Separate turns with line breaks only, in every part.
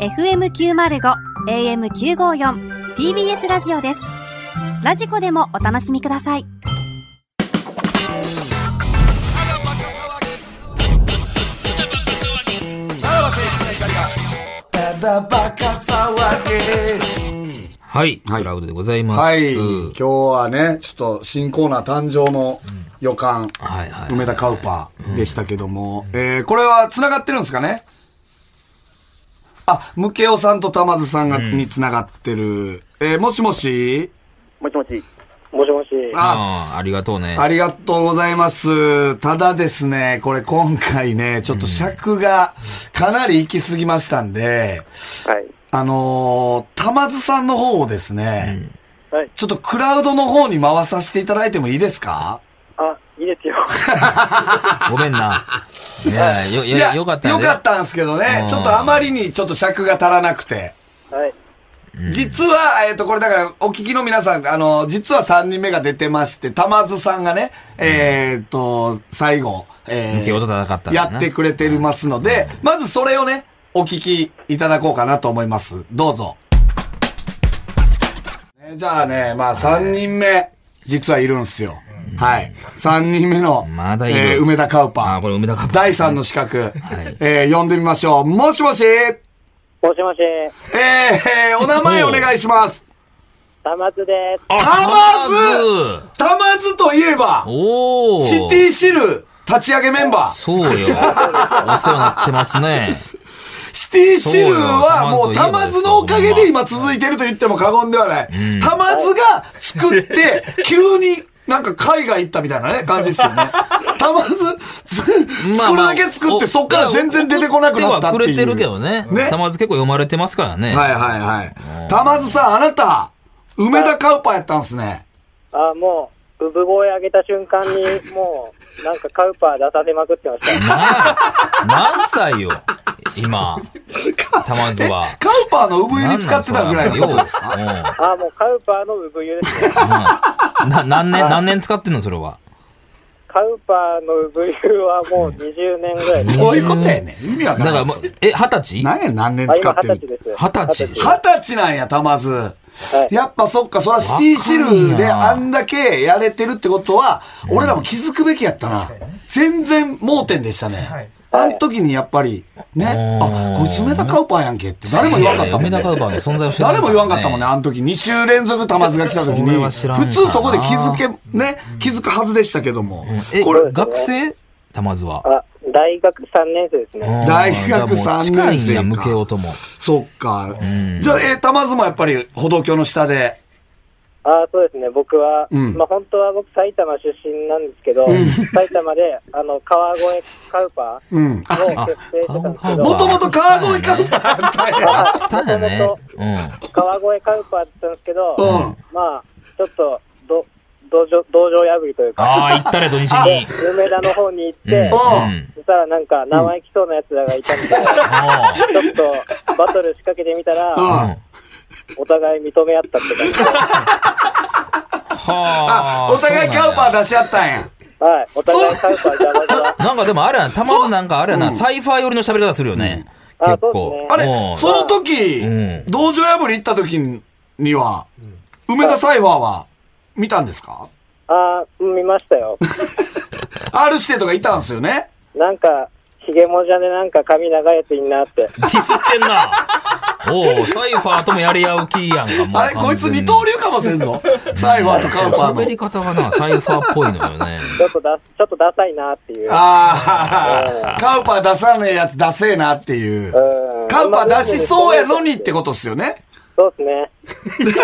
FM905 AM954 TBS ラジオですラジコでもお楽しみください
は
はい、
い
クラウドでございます。
はい。
う
今
ん
日はね、ちょっと新コーナー誕生の予感、
はいはい
梅田カウパーでしたけども、えー、これは繋がってるんですかねあ、ムケオさんと玉津さんが、に繋がってる。えー、もしもし
もしもし。もしもし。
あ、
ああ、ありがとうね。
ありがとうございます。ただですね、これ今回ね、ちょっと尺がかなり行き過ぎましたんで、
はい。
あのー、玉津さんの方をですね、
はい。
ちょっとクラウドの方に回させていただいてもいいですか
あ、いいです よ。
ごめ んな。いや、よ、
いや、
よよかったね
よかったんですけど
う
ね
ん。
ちょっとあまりにちょっと尺が足らなくて。
はい。
実は、えっ、と、これだから、お聞きの皆さん、あの、実は3人目が出てまして、玉津さんがね、えっ、と、最後、え
向けようと戦ったんだ
や
な
ってくれてますので、まずそれをね、お聞きいただこうかなと思います。どうぞ。ねじゃあね、まあ3人目、実はいるんですよ。はい。3人目の、
まだいる
えー梅田カウパー。
あこれ梅田カウパー
第3の資格。えー呼んでみましょう。もしもしえ
もしもし。
ーえーお名前お願いします。
玉津です。
あ
玉津
玉津
玉津といえば、
おお。
シティシル立ち上げメンバー。
そう よ。お世話になってますね。
シティシルはもう玉津のおかげで今続いてると言っても過言ではない。玉津が作って、急になんか海外行ったみたいなね、感じですよ ね。玉津、つ
まあ
作る
まあ
だけ作って、そっから全然出てこなくなったっていう。
送ってはくれてるけどね。
ね
玉津結構読まれてますからね。
はいはいはい。玉津さん、あなた、梅田カウパーやったんすね。
あ、もう、産声上げた瞬間に、もう、なんかカウパー出させまくってました。
なあ何歳よ、今、玉津
え、
は。
カウパーの産湯に使ってたぐらいのことですか
なんなんそれ
あ、もうカウパーの産湯です ね。
うんな何年、何年使ってんの、それは。
カウパーの産湯はもう20年ぐらいです。
どういうことやねん。意味わか
だ
ん
か
な
ら
い
もう。、え、二十歳
何や何年
あ、
使
今
って
二十歳
る
です。
二十歳
二
二
十歳なんや、玉津。
はい
やっぱそっか、そらシティシルであんだけやれてるってことは、俺らも気づくべきやったな。全然盲点でしたね。あの時にやっぱり、ね、あ、こいつ梅田カウパーやんけって誰も言わんかったもん
梅田
ね
カ。ウパーの存在を知らな
誰も言わんかったもんね、
あ
あの時。2週連続玉津が来た時
それ
に。
は知らんか
普
な
通そこで気づけ、ね、気づくはずでしたけども。
え、
こ
こ
れ
れ、学生玉津は。
あ、大学3年生ですね。
大学
うんだからもう
三年
近
生
いんや、
か
向けようとも。
そっか。じゃあ、えー、玉津もやっぱり歩道橋の下で。
あ、そうですね。僕は、
うん
まあ本当は僕埼玉出身なんですけど、埼玉で、あの、川越カウパー
うん。
を結成してたんですけど、
もともと川越カウパーだったんや。
あ
あったんやね
元。
うん。
々川越カウパーだったんですけど、
うん
まあ、ちょっと、ど、道場、道場破りというか、
ああ、行ったれ、土日
で
に。、
梅田の方に行っ
うん
て、
おう
うん
そしたらなんか生意気そうな奴らがいたんで、
あ
ちょっとバトル仕掛けてみたら、
うん
あうん
お互い認め合ったって感じ。
はあ。
お互いカウパー出し合ったんや。
はい。お互いカウパー邪魔だ。
なんかでもあれやな、たまになんかあれやな、サイファー寄りの喋り方するよね。
うん
結
あそうです
構
ね。
あ
う
れ、
ん
その時
うん、
道場破り行った時には、梅田サイファーは見たんですか
あー、見ましたよ。
?R 指定とかいたんすよね。
なんか、ひげもじゃでなんか髪長いやついんなって。
ディスってん な。おうサイファーともやり合う気やんか、もう。
あれ、こいつ二刀流かもせんぞ。サイファーとカウパー
喋り
の。
方がな、サイファーっぽいのよね。
ちょっとだ、ちょっとダサいなっていう。
ああ、カウパー出さねえやつ出せえなっていう。
うん
カウパー出しそうやのにってことっすよね。
そうですね。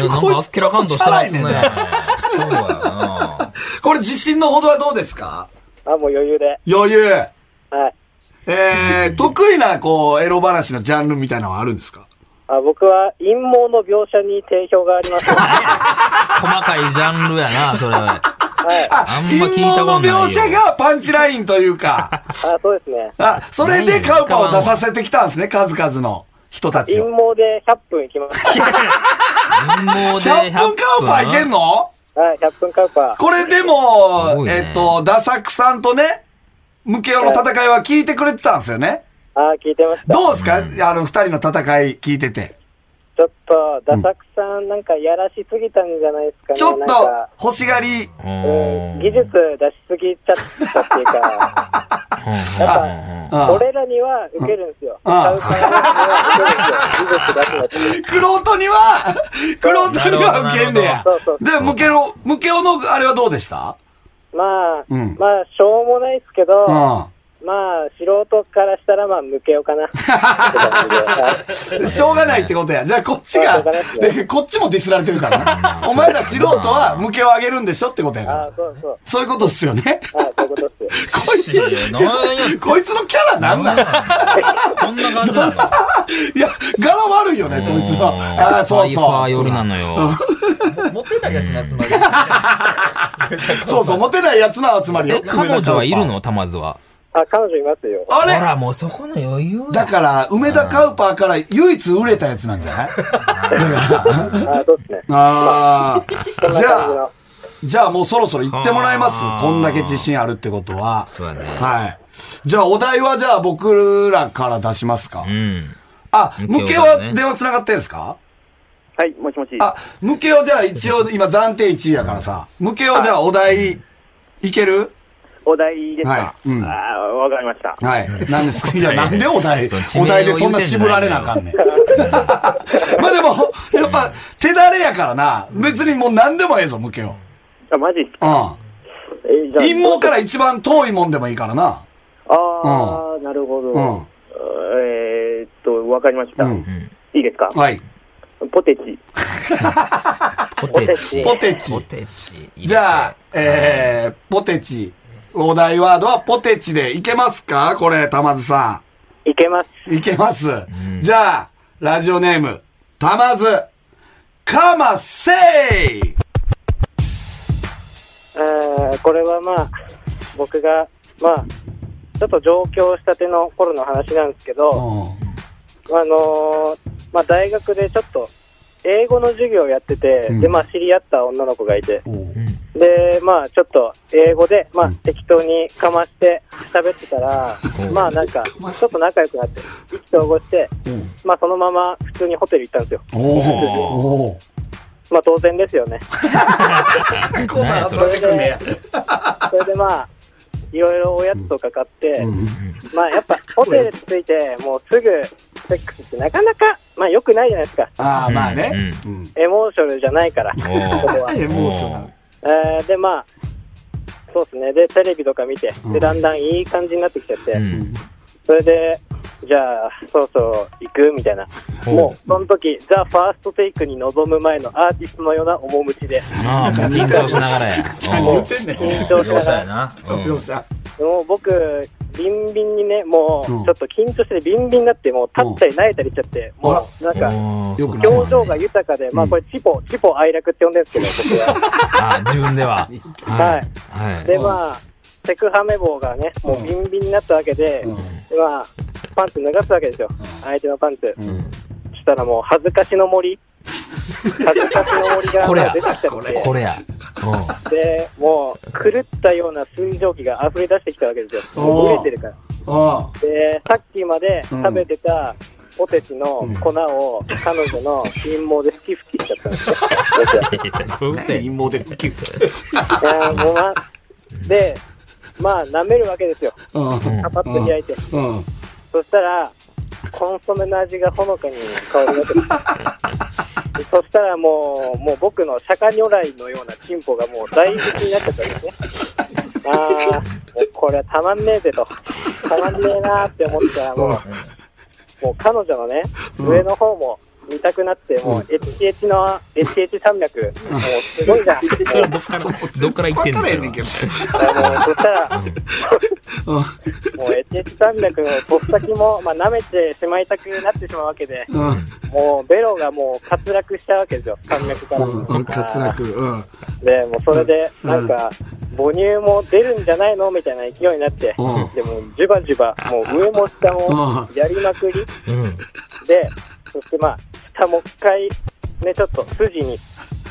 なんかあっけらかんとしてますね。そうやな。
これ自信のほどはどうですか
あ、もう余裕で。
余裕。
はい。
えー、得意な、こう、エロ話のジャンルみたいなのはあるんですか
あ僕は陰謀の描写に定評がありま す。は
細かいジャンルやな、それ。
い。
あんま聞いたこと
の
ないよ
描写がパンチラインという か、
あそうですね。
あ、それでカウパーを出させてきたんですね、数々の人たち
陰
を。
謀で100分行きます。
陰謀で
100分カウパーいけんの
はい、100分カウパー。
これですも、
ごいね
えっと、ダサクさんとね、ムケオの戦いは聞いてくれてたんですよね。
ああ、聞いてました。
どうですか、あの、二人の戦い聞いてて。
ちょっと、ダサくさん、なんかやらしすぎたんじゃないですかね。
ちょっ
なん
と
か、
欲しがり、
う
う
ん
ん技術出しすぎちゃったっていうか、
うん
ああ
俺らには受けるんですよ。
あ
買うからには受けるんですよ。技 術出すのって。
クロートには、クロートには受けんねや
なる。
そうそう。
で、ムケロ、ムケオのあれはどうでした
まあ、
うん
まあ、しょうもないですけど、
うん。
まあ、素人からしたら、まあ、向けようか な。って感じではい
しょうがないってことや。じゃあこっち
しょ
が、
うがないっすね
でこっちもディスられてるから な。お前ら素人はムケをあげるんでしょってことやか
あ
ら
あ。、そうそう。
そういうことっすよね。
ああ、そういうことっすよ。
こい
いやいやなんや
つ、 こいつのキャラなんなん
こんな感じなの
いや、柄悪いよね、こいつは。ああー、そう
サイファー寄り
そ
な
う。
のよ。
モテないやつの集まり。
そうそう、モテないやつの集まりよ
え、。彼女はいるの玉津は。
あ、彼女いますよ。
あ
ほ
れ
ら、もうそこの余裕
だから、梅田カウパーから唯一売れたやつなんじゃない
ああ、そうっすね。
あ
そ
あ。
んな
じゃ
感じ
あ
の、。
じゃあもうそろそろ行ってもらいます
あ。ー
こんだけ自信あるってことは。
そうやね
はい。じゃあお題はじゃあ僕らから出しますか
う。ん。
あ、
向
向
け
け
はね
は電話繋がってんですか
はい、もしもし。
あ、向けをじゃあ一応今暫定1位やからさ。向けをじゃあお題、いける
お題ですか、
はいうん
ああ、わかりました。
はい。なんです かいや、なんでお題
そう、地名
お
を
題でそんな絞られなあかんねん。 まあでも、やっぱ、手だれやからな。別にもう何でもええぞ、向けよ。
あ、マジっす
う
か
ん。
えーじゃあ
陰謀から一番遠いもんでもいいからな。
ああ、なるほど。
うん
えーっと、わかりました、
うん
いいですか、
はい。
ポテチ。
ポテチ。
ポテチ
ポテチ。
じゃあ、えー、ポテチ。お題ワードはポテチでいけますかこれ、玉津さ
いけます。
ん。いけます。じゃあ、ラジオネーム、玉津、かませい
えーこれはまあ、僕が、まあ、ちょっと上京したての頃の話なんですけ
う
ど、
ん。
あのーまあ大学でちょっと、英語の授業をやってて、
うん
で、まあ知り合った女の子がいて、
おう
で、まあちょっと英語で、まあ適当にかまして喋ってたら、まあなんか、ちょっと仲良くなって、意気投合して、まあそのまま普通にホテル行ったんですよ。
おうおう
まあ当然で すよね。
こんなん遊んでくんねや。
それでまあ、いろいろおやつとか買って、
うん
まあやっぱホテル着いて、もうすぐセックスってなかなか、まあ良くないじゃないですか。
ああ、まあね。うん。
エモーショナルじゃないから、そこは。
エモーショナル。
えーでまあ、そうですね。で、テレビとか見て、
うん
で、だんだんいい感じになってきちゃって、
うん。
それで、じゃあ、そろそろ行くみたいな。もう、その時、ザ・ファーストテイクに臨む前のアーティストのような面持ちで、
ああ、もう緊張しながらや。
何 言ってんねん
うん
緊張し
容赦や
ながら
な。うん
よっしゃ。
もう僕、ビンビンにね、もう、ち
うん
ょっと緊張して、ビンビンになって、もう立ったり泣いたりしちゃって、
うん
もう、なんか、
おー
よくない
表情が豊かで、まあこれ、チポ、チポ哀楽って呼んでるんですけど、僕は。
あ、自 分では。
はい。
はい。
で、まあ、セクハメ棒がね、もうビンビンになったわけで、
うん
でまあ、パンツ脱がすわけですよ。相手のパンツ。
ん
そしたらもう、恥ずかしの森。恥ずかしの森が
これ
ま
や
あ出てきちゃ
こ
っ
れや。うん
て、で、もう、狂ったような水蒸気が溢れ出してきたわけですよ。
おー
溢れてるから。
あ
で、さっきまで食べてたポテチの粉を彼女の陰謀で吹き吹きしちゃった んですよ。僕は
陰謀でキュッ。
いやーもうま、で、まあ、舐めるわけですよ。
うん。
パパッと開いて。
うん。
そしたら、コンソメの味がほのかに香りがする。 そしたらもう、もう僕の釈迦如来のようなチンポがもう大仏になっちゃったん ですね。ああ、もうこれはたまんねえぜと。たまんねえなーって思ったらもう、もう彼女のね、上の方も見たくなって、もう HH の、HH 山脈、もうすごいじゃん。もう
どっから、 どっから行ってんの
分からへんねんけど
あのそしたら、もう HH 山脈のとっ先も、まあ、舐めてしまいたくなってしまうわけで、
うん。
もうベロがもう滑落したわけですよ、山脈から。
うん。滑落。うん。
で、もうそれで、なんか、母乳も出るんじゃないのみたいな勢いになって
うん、
でもうじばじば、もう上も下もやりまくり、で、そしてまあ、下もう一回、ね、ちょっと筋に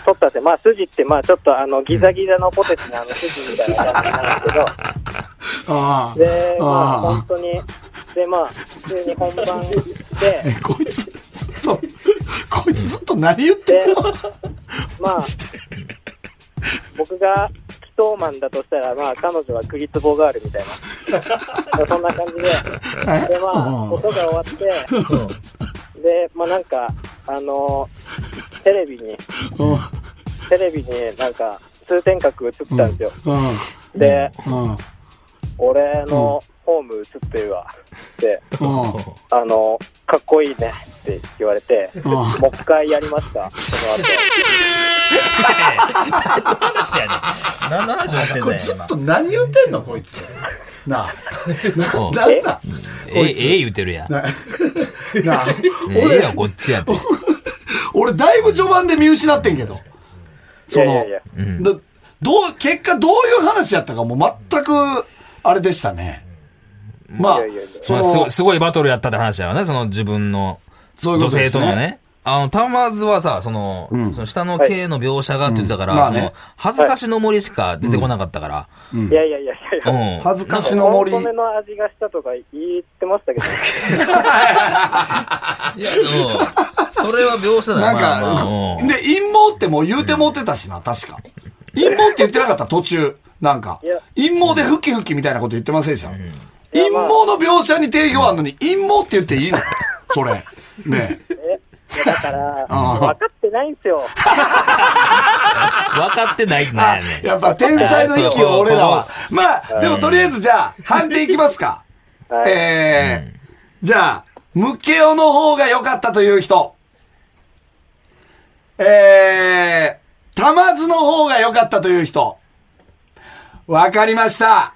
取ったんですよ。まあ、筋って、まあ、ちょっとあの、ギザギザのポテチのあの筋みたいな感じなんですけど、
ああ。
で、まあ、
ああ
本当に、で、まあ、普通に本番で、
えこいつ、ずっと、こいつずっと何言ってんの
ま あ、僕がキトーマンだとしたら、まあ、彼女はクリツボガールみたいな、 そんな感じで、で、まあ、
うん
音が終わって、で、まあ、なんか、あのテレビに、
うん
テレビになんか、通天閣映ったんですよ。
うん
で、
うんうん
俺のホーム映ってるわ、って、
うん
あのかっこいいねって言われて、
うん
もう一回やりました、その後。
話やねん。何の話をしてん
こ
だ
れ
よ、
ずっ
今。
と何言ってんのこいつ。なあ。
うん
ななんだ
ええ、ええ言うてるやん。
ななあ。
ええ
俺
や、、こっちやって。
俺だいぶ序盤で見失ってんけど。その、
いやいやいや
うん。
だどう、結果どういう話やったかもう全く、あれでしたね。まあ
いやいやいや、
そ
まあ、
の、
すごい、すごいバトルやったって話だよね、その自分の。
そういうこ
女
とで
性
す
と
ね。
のね。あの、たまずはさ、その、
ん
その下の形の描写がって言ってたから、
はいうん
そ
まあね
の、恥ずかしの森しか出てこなかったから。
うん
いやいやいやいやいや。
うん。
恥ずかしの
コン
森。
ソメの味がしたとか言ってましたけ
い
ど、
や、うん。それは描写だよ
なん
まあまあ
か、
うん
で、陰謀ってもう言うてもうてたしな、確か。陰謀って言ってなかった、途中。なんか
いや。
陰謀でフキフキみたいなこと言ってませんでした。
いや
陰謀の描写に定評あるのに、陰謀って言っていいのそれ。ねえ。
えだから、
あー
分かってないんですよ。
分かってないってなん
あ
やね、 ん。
やっぱ天才の域を俺らは。まあ、でもとりあえずじゃあ、判定いきますか。
はい
えー、じゃあ、ムケオの方が良かったという人。えー、玉津の方が良かったという人。わかりました。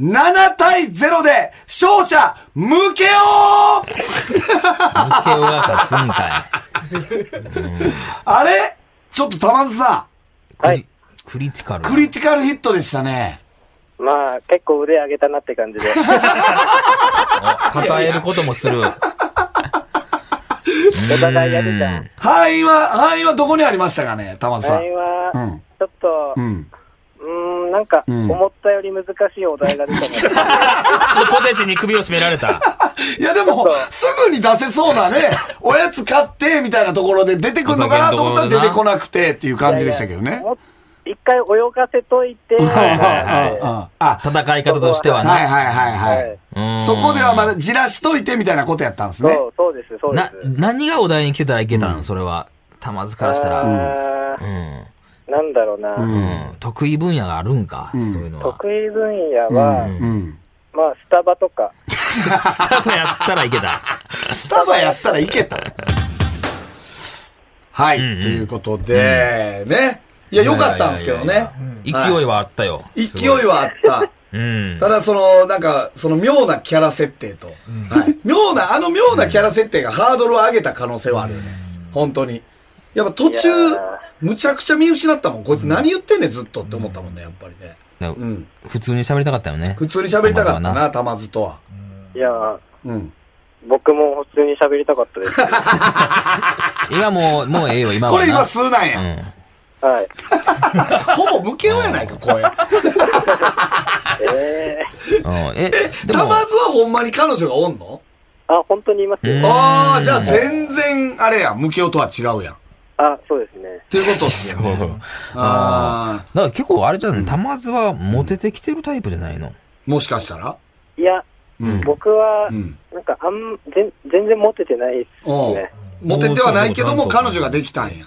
7対0で、勝者、ムケオ
ムケオが勝つんか
あれちょっと玉津さ
い。クリ
はい
クリティカル
ん、
な。
クリティカルヒットでしたね。
まあ、結構腕上げたなっ て感じで。
抱えることもする。
お互いやりたい。
範囲は、範囲はどこにありましたかね、玉津さ
ラ
ん
イ。ン
う
は
ん、
ちょっと、う
う
ー
ん。
ん、なんか、
ん
思ったより難しいお題が出たので、
ちょっとポテチに首を絞められた。
いやでも、すぐに出せそうな ね、おやつ買って、みたいなところで出てくるのかなと思ったら出てこなくてっていう 感じでしたけどね。
もう一回泳がせといて、
はいはい
うんうんあ、
戦い方としては
はい
な。
はいはいは
う
い。
ん
そこではまだじらしといてみたいなことやったんですね。
そう、そうです、そうで
な
す、。
何がお題に来てたらいけたの、それは。玉津からしたら。
あー
うん。
なんだろうな、
うん得意分野があるんか、そういうのは。
得意分野は、
うん。
まあ、スタバとか、
スタバやったらいけ た。
スタバやったらいけた。はい、と
んうん
いうことで、ね。いや、良かったんですけど
いやいや
ね
い。やいや勢いはあったよ。
勢いはあった。
うん。
ただその、なんか、その妙なキャラ設定と、はい妙な、あの妙なキャラ設定がハードルを上げた可能性はあるよね。本当に。やっぱ途中
いやー、
むちゃくちゃ見失ったもん。こいつ何言ってんねん、ずっとって思ったもんね、やっぱりね。
だ
うん。
普通に喋りたかったよね。
普通に喋りたかったな、玉津とは。
いや、
うん。
僕も普通に喋りたかっ たです。
今もう、もうええよ、今は
こ
な。
れ今数なん
う
や。
ん。
はい。
ほぼ無形やないか、声。
えー、
うんえ、でも、
玉津はほんまに彼女がおんの
あ、本当にいますよ。
うん
ああ、じゃあ全然、あれやん、無形とは違うやん。っ
あ、そうですね。
ていうことっす
そ
よ
う。だ
ね。ああ、
から結構あれじゃない、玉津はモテてきてるタイプじゃないの。
もしかしたら
いや、
うん
僕は、
うん
なんかあん全、全然モテてないです
お
ね。
モテてはないけども、彼女ができたんや。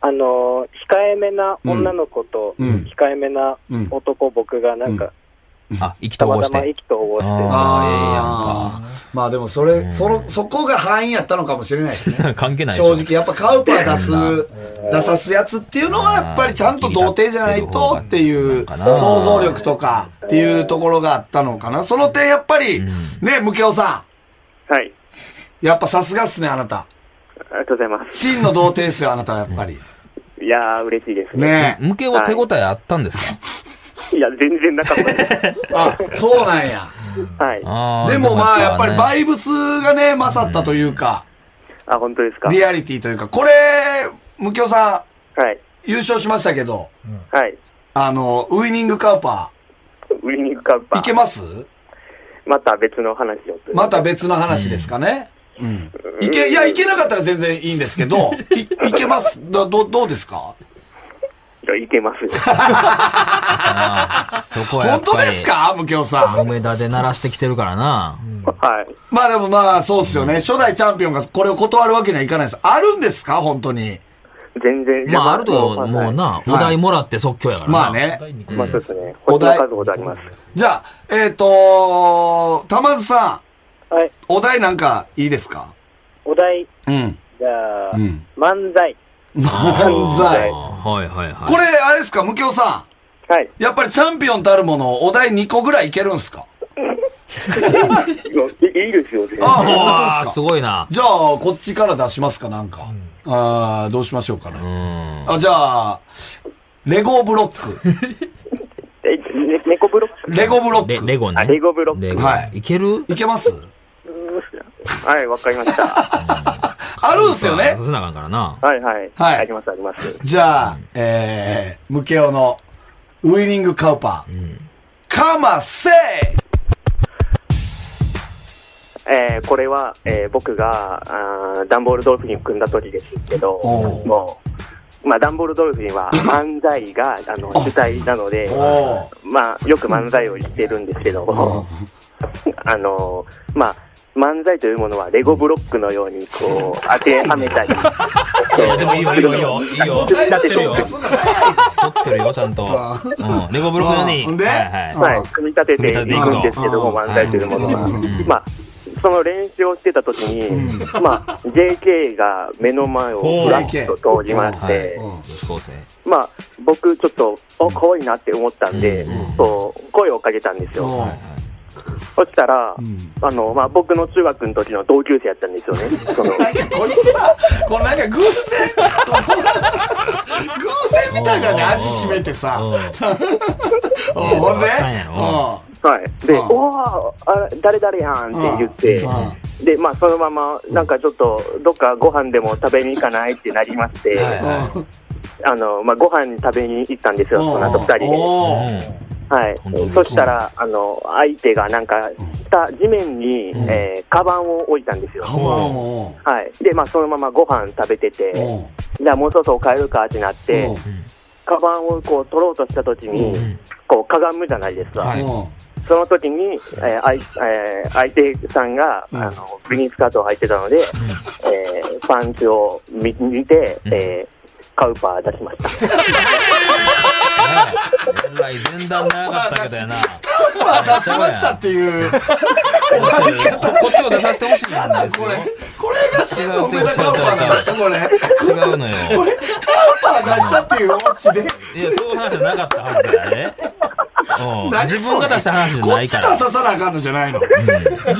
あのー、控えめな女の子と、
うんうん
控えめな男、僕がなんか、
あ、意気
た
投合
ま
した
ま
て
意。気投合して、
あ。
あーまあでもそれ、その、そこが範囲やったのかもしれないですね
関係ないでし
正
ょ。
直、やっぱカウパー出す、出さすやつっていうのは、やっぱりちゃんと童貞じゃないとっていう、想像力とかっていうところがあったのかな。その点、やっぱり、ね、ムケオさ
はい。
ん、やっぱさすがっすね、あなた。
ありがとうございま
真の童貞っすよ、あなたはやっぱり。
す。いやー、嬉しいですね。
ね
向けは手応えあったんですか
いや、全然なかったです。
あ、そうなんや。
はい。
あー
でもまあ、やっぱりバ
イ
イブスがね、勝ったというか、
あ、本当ですか。
リアリティというか、これ、ムキオさ
はい。
ん、優勝しましたけど、
はい。
あの、ウイニングカウパ
ウイニングカッパ
ー、いけます
また別の話をという
また別の話ですかね。うん。いけ、いや、いけなかったら全然いいんですけ ど、い、いけます。ど、どどうですか
いやいけます よ。
ああそこはやっ
本
ぱり。
当ですか無京さん。
梅田で鳴らしてきてるからな。
はい。
まあでもまあ、そうっすよね。初代チャンピオンがこれを断るわけにはいかないです。あるんですか本当に。
全然。
まあ、あると、もう
な。
な、お題もらって即興やからな。
まあ。ね。
まあそうですね。
お
お
題
題数ほどあります。
じゃあ、えっ、ー、と、玉津さん、
はい。
お題なんかいいですか
お題、
うん。
じゃあ、
うん
漫才。
漫才。
はいはいはい。
これ、あれですか無京さ
はい。
ん。やっぱりチャンピオンたるもの、お題2個ぐらいいけるんすか
いいいですよ、全然。
あ
は
本当ですか
ああ、すごいな。
じゃあ、こっちから出しますかなんか。ああ、どうしましょうかね。
うん。
あ、じゃあ、レゴブロック。
え、ね猫ブロック
レゴブロ
レ
ッ
レ
ク。
ゴ
あ、
ね。
レゴブロッ
レ
ク。
ゴ。
はい
いける
いけます
はい、わかりました。 は
あるんすよね
さ。せなあかんからな。
いはい。
はい
あります、あります。
じゃあ、えー、ムケオのウイニングカウパー。カマセイ
えー、これは、えー、僕が、あーダンボールドルフィンを組んだ時ですけど、
おう
もう、まあ、ダンボールドルフィン は漫才が、あの、主体なので、
おう
まあ、よく漫才を言ってるんですけど、 あの、まあ、漫才というものはレゴブロックのように、こう、当てはめたり、
いや、でもいいよいいよいいよ。いいよ。
だい
反っ
ぶ
てるよ
消。化すんの
反ってるよ、ちゃ んと。うん。レゴブロックのように。
うんで
はいは
はい、組み立てていくんですけども、
うん
漫才というものは
ん。
まあ、その練習をしてた時に、まあ、JK が目の前
ほ
を
う
ずらっと通りまし
い。はい
て、。
女子高生。
まあ、僕ちょっと、お、可愛いなって思ったんで、そう、声をかけたんです
お
よ。
う
はいはい
そしたら
ん、
あの、まあ、僕の中学の時の同級生やったんですよね。その、
なんかこれさ、これなんか偶然、その偶然みたいなね、味しめてさ。
うん
うんほんで
いやそうだったんやろ
うん
はい。で、
うん
おーあ、誰誰やんって言
うん
って、で、まあ、そのまま、なんかちょっと、どっかご飯でも食べに行かないってなりまして、
はいは
あの、まあ、ご飯に食べに行ったんですよ、その後二人で。
お
い
ー
本当
はい
に。
そしたら、あの、相手がなんか、下、地面に、えー、カバンを置いたんですよ。
カバンを。
はい。で、まあ、そのままご飯食べてて、
おう
じゃあもうそろそろ帰るかってなって
おう、
カバンをこう取ろうとした時に、こう、かがむじゃないですか。
はい
おう
その時に、えーあいえー相手さんが、
うん
あのグリーンスカートを履いてたので、えーパンツを見見て、えーカウパー出しました。
うん。えらい前段長かったけどやな。
まあ出しましたっていう。
ここっちを出させてほしい
や
ん
だ
です
こ
よ
れ。これが真の梅田カウパーなんですかこれ。
違うのよ。
これ、カウパー出したっていうオチで。
いや、そういう話じゃなかったはずだよね。うん
何それ
自分が出した話じゃ
こ
な
っ
い
ち出
から。
ささなあかんのじゃないの。自分が出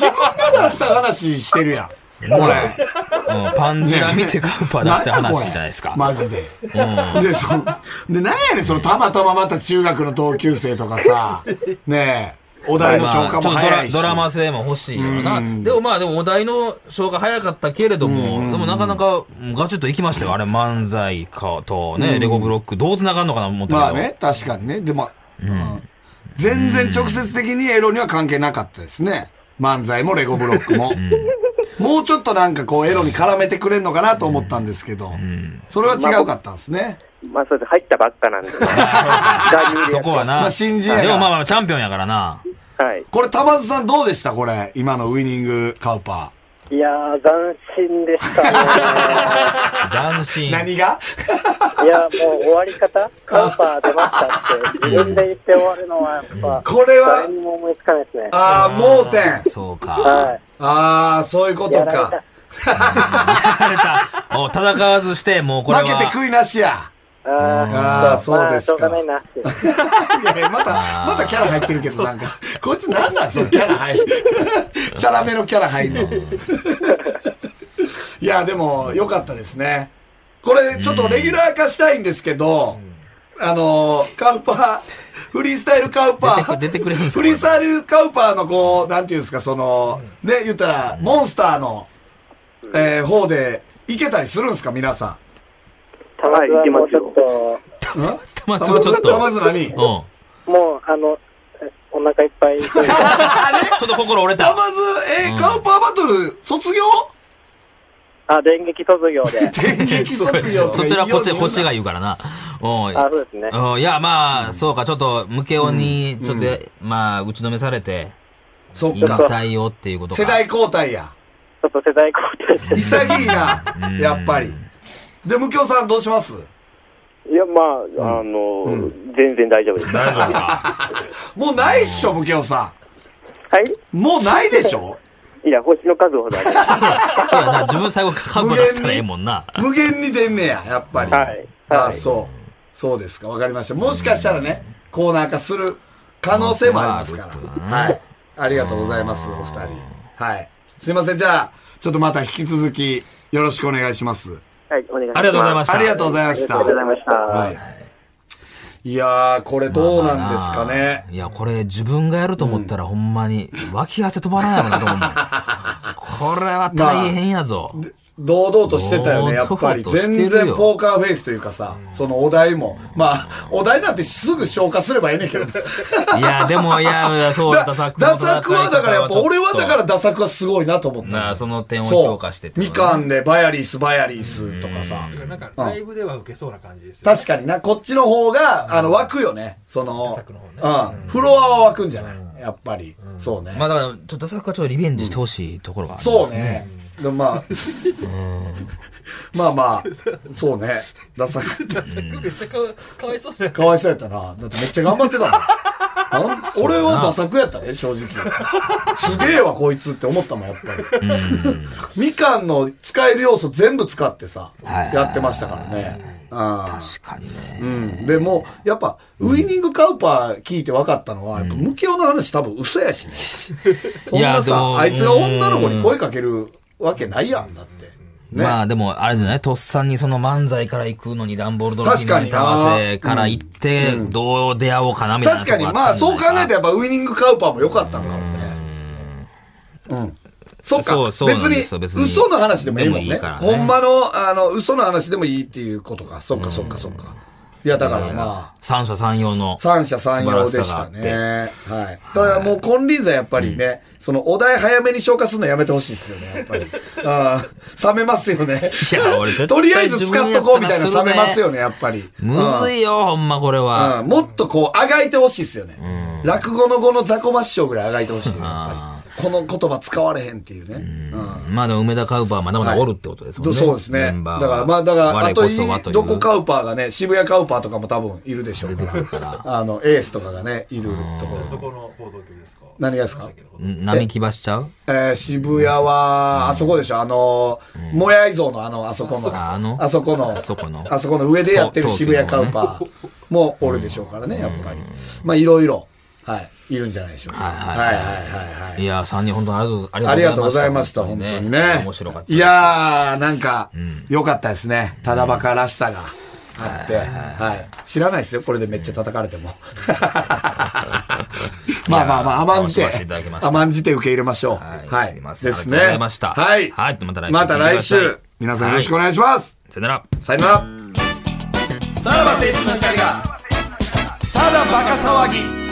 した話してるやん。これ。
うん、パンチラ見てカウパー出した話じゃないですか。
マジで。
うん
で、その、で、なんやねん、その、たまたままた中学の同級生とか さ、ねえ、お題の
まあ
消化
ちょ
も
っとド
早
ラ
いし。
ドラマ性も欲しいよな。
うん
でもまあ、でもお題の消化早かったけれども、でもなかなかうんガチッといきましたよ。あれ、漫才かとね、レゴブロック、どう繋がるのかな思ったけど。
まあね、確かにね。でも、うん全然直接的にエロには関係なかったですね。漫才もレゴブロックも。もうちょっとなんかこうエロに絡めてくれんのかなと思ったんですけど、それは違うかったんですね。
まあ、そうです。入ったばっかな んで。
そこはな。
まあ新人や
で
から
もまあまあ、チャンピオンやからな。
はい。
これ、玉津さんどうでしたこれ、今のウィニングカウパ
いやー、斬新でした ね。
斬
ー。
新。
何が
いや、もう終わり方カウパー出ましたって、自分で言って終わるのは、やっぱ、
これは
誰、にも思いつかないですね。
ああ、盲点。
そうか。
は
ああ、そういうこと
やられ
か
た。
やられた。お戦わずして、もうこれは。
負けて食いなしや。
い。あ
あーそうです
まあしょうが
か
ないなって。
いやいやまた、またキャラ入ってるけど、なんか、こいつなんなんそのキャラ入る。チャラめのキャラ 入んの。いや、でも、良かったですね。これ、ちょっとレギュラー化したいんですけど、あのー、カウパー、フリースタイルカウパー、
出てくれるんですか
フリースタイルカウパーのこう、なんていうんですか、その、ね、言ったら、モンスターの、えー方で、いけたりするんですか、皆さ
たまにはもうちょっと、
ん。ん
まあ、ちょっ
玉
と。
津何
うん。
もう、あの、え
お腹いっ ぱいで。
ちょっと心折れ
た
た。
まず、えー、カウパーバトル、卒業
あ、電撃卒業で。
電撃卒業
そちらこっち、こっち
が。
が言うからな。おい。
あ、そうですね。
うんいや、まあ、そうか、ちょっと、ムケオに、ちょっと、まあ、打ちのめされて、
そっ
引
か。
退をっていうことか。
世代交代や。
ちょっと世代交代で。
潔いな
う、ん
やっぱり。で、無教さんどうします
いや、まあ、あの、全然大丈夫です。
大丈夫か。
もうないっしょ、無教さ
はい
ん。もうないでしょ
いや、星の数ほどあります。
そうやな、自分最後、カウパー出したらええもんな。
無限に出んねや、やっぱり。
はい。
あ
はい。
そう。そうですか、わかりました。もしかしたらね、コーナー化する可能性もありますから
可能性もあると。ね
はい。ありがとうございます、お二人。はい。すいません、じゃあ、ちょっとまた引き続き、よろしくお願いします。
はい、お願いします。
ありがとうございました
ありがとうございま
あ
した。
りがとうございました。
はい。いやー、これどうなんですかね。
いや、これ自分がやると思ったら、ほんまに、脇汗止まらないもんなと思うもん。これは大変やぞ。
堂々としてたよね、やっぱり。
堂々としてる
全
よ
然ポーカーフェイスというかさ、そのお題も。まあ、お題なんてすぐ消化すればいいねんけど。
いや、でも、いや、いやそう、
だダ
ダ
サ
サくの戦い
クはだからやっぱ、俺はだから
ちょっ
ダサクはすごいなと思っ
と、
た。
なその点を
そう
評価してって
みかんでバヤリスバヤリスとかさ。
なんかライブでは受けそうな感じですよ。
確かにな、こっちの方が、あの、湧くよね。その、
ダサクの方ね
うん。フロアは湧くんじゃないやっぱり。そうね。
まあだから、ちょっとダサくはちょっとリベンジしてほしいところがある、
そう。ね。でも まあ、まあまあ、そうね。ダサク。
めっちゃかわかわいそうじゃん。
かわいそうやったな。だってめっちゃ頑張ってたもん。あん俺はダサくやったね、正直。すげえわ、こいつって思ったもん、やっぱり。みかんの使える要素全部使ってさ、
はい
やってましたからね。うん
確かにね。
うん、でも、やっぱ、ウイニングカウパー聞いて分かったのは、やっぱ、ムキオの話多分嘘やし ね。そん
いや
な
でも
さ、あいつが女の子に声かけるわけないやん、だって。ね。
まあでも、あれじゃないとっさにその漫才から行くのにダンボールドの
確かにな
たわせから行って、どう出会おうかなみたいな
確
とこが
か
ったんじ
に、
ゃない。
まあ、そう考えてやっぱ、ウイニングカウパーも良かったのかもね。うん。そっか
そうそうな
別
ん
に
ですよ別に
嘘の話でもいいもん
でもい
ね。
いからね
ほんまの、あの、嘘の話でもいいっていうことか。そっか、そっか、そっか。いや、だからまあ、
三者三様の。
三者三様でした
素晴
ね。はい。ただもう、金輪際やっぱりね、そのお題早めに消化するのやめてほしいですよね、やっ ぱり。うん。冷めますよね。
いや俺絶対
とりあえず使っとこうみたいな
自分やったらする
冷
ね
めますよね、やっぱり。
むず
い。
いよ、ほんまこれは。
うん。もっとこう、あがいてほしいですよね。落語の語の雑魚抹消ぐらいあがいてほしいよ、やっぱり。この言葉使われへんっていうね。うん。
まあでも梅田カウパーはまだまだおるってことですもんね。
そうです
メ
ね。
ンバ
だ
ーは
から、まあ、だから、あ
我
と
こ
い
そはという
どこカウパーがね、渋谷カウパーとかも多分いるでしょうから。 あの、エースとかがね、いるところ。
どこの報道局ですか
何がですか
ん並木橋しちゃう
えー渋谷は、あそこでしょ、あのー、もやい像のあの、あそこの、
ああの
あそこの、
あそこの
あそこの上でやってる
と
渋谷カウパーもおるでしょうからね、やっぱり。まあ、いろいろ、はい、いるんじゃないでしょうか。
はいはい
はいはいはい
いや、3人本当にありがとう
ありがとうございました、
あり
本
が
当
とう
に
ございました
ね。
面白かった。
い、やー、なんか、良かったですね。ただバカらしさがあって。はい。知らないですよ、これでめっちゃ叩かれて も。まあまあまあ、甘んじて
楽しませていただきまし、た
甘んじて受け入れましょう。
は
はいい。
すいません
で
あ
す
りが
ね。
とうございました
はい。
はいまた来週
また来
聞いてく
週
ださい。
皆さんよろしくお願いします。
さよなら。
さよなら。さらば青春の光が、ただバカ騒ぎ。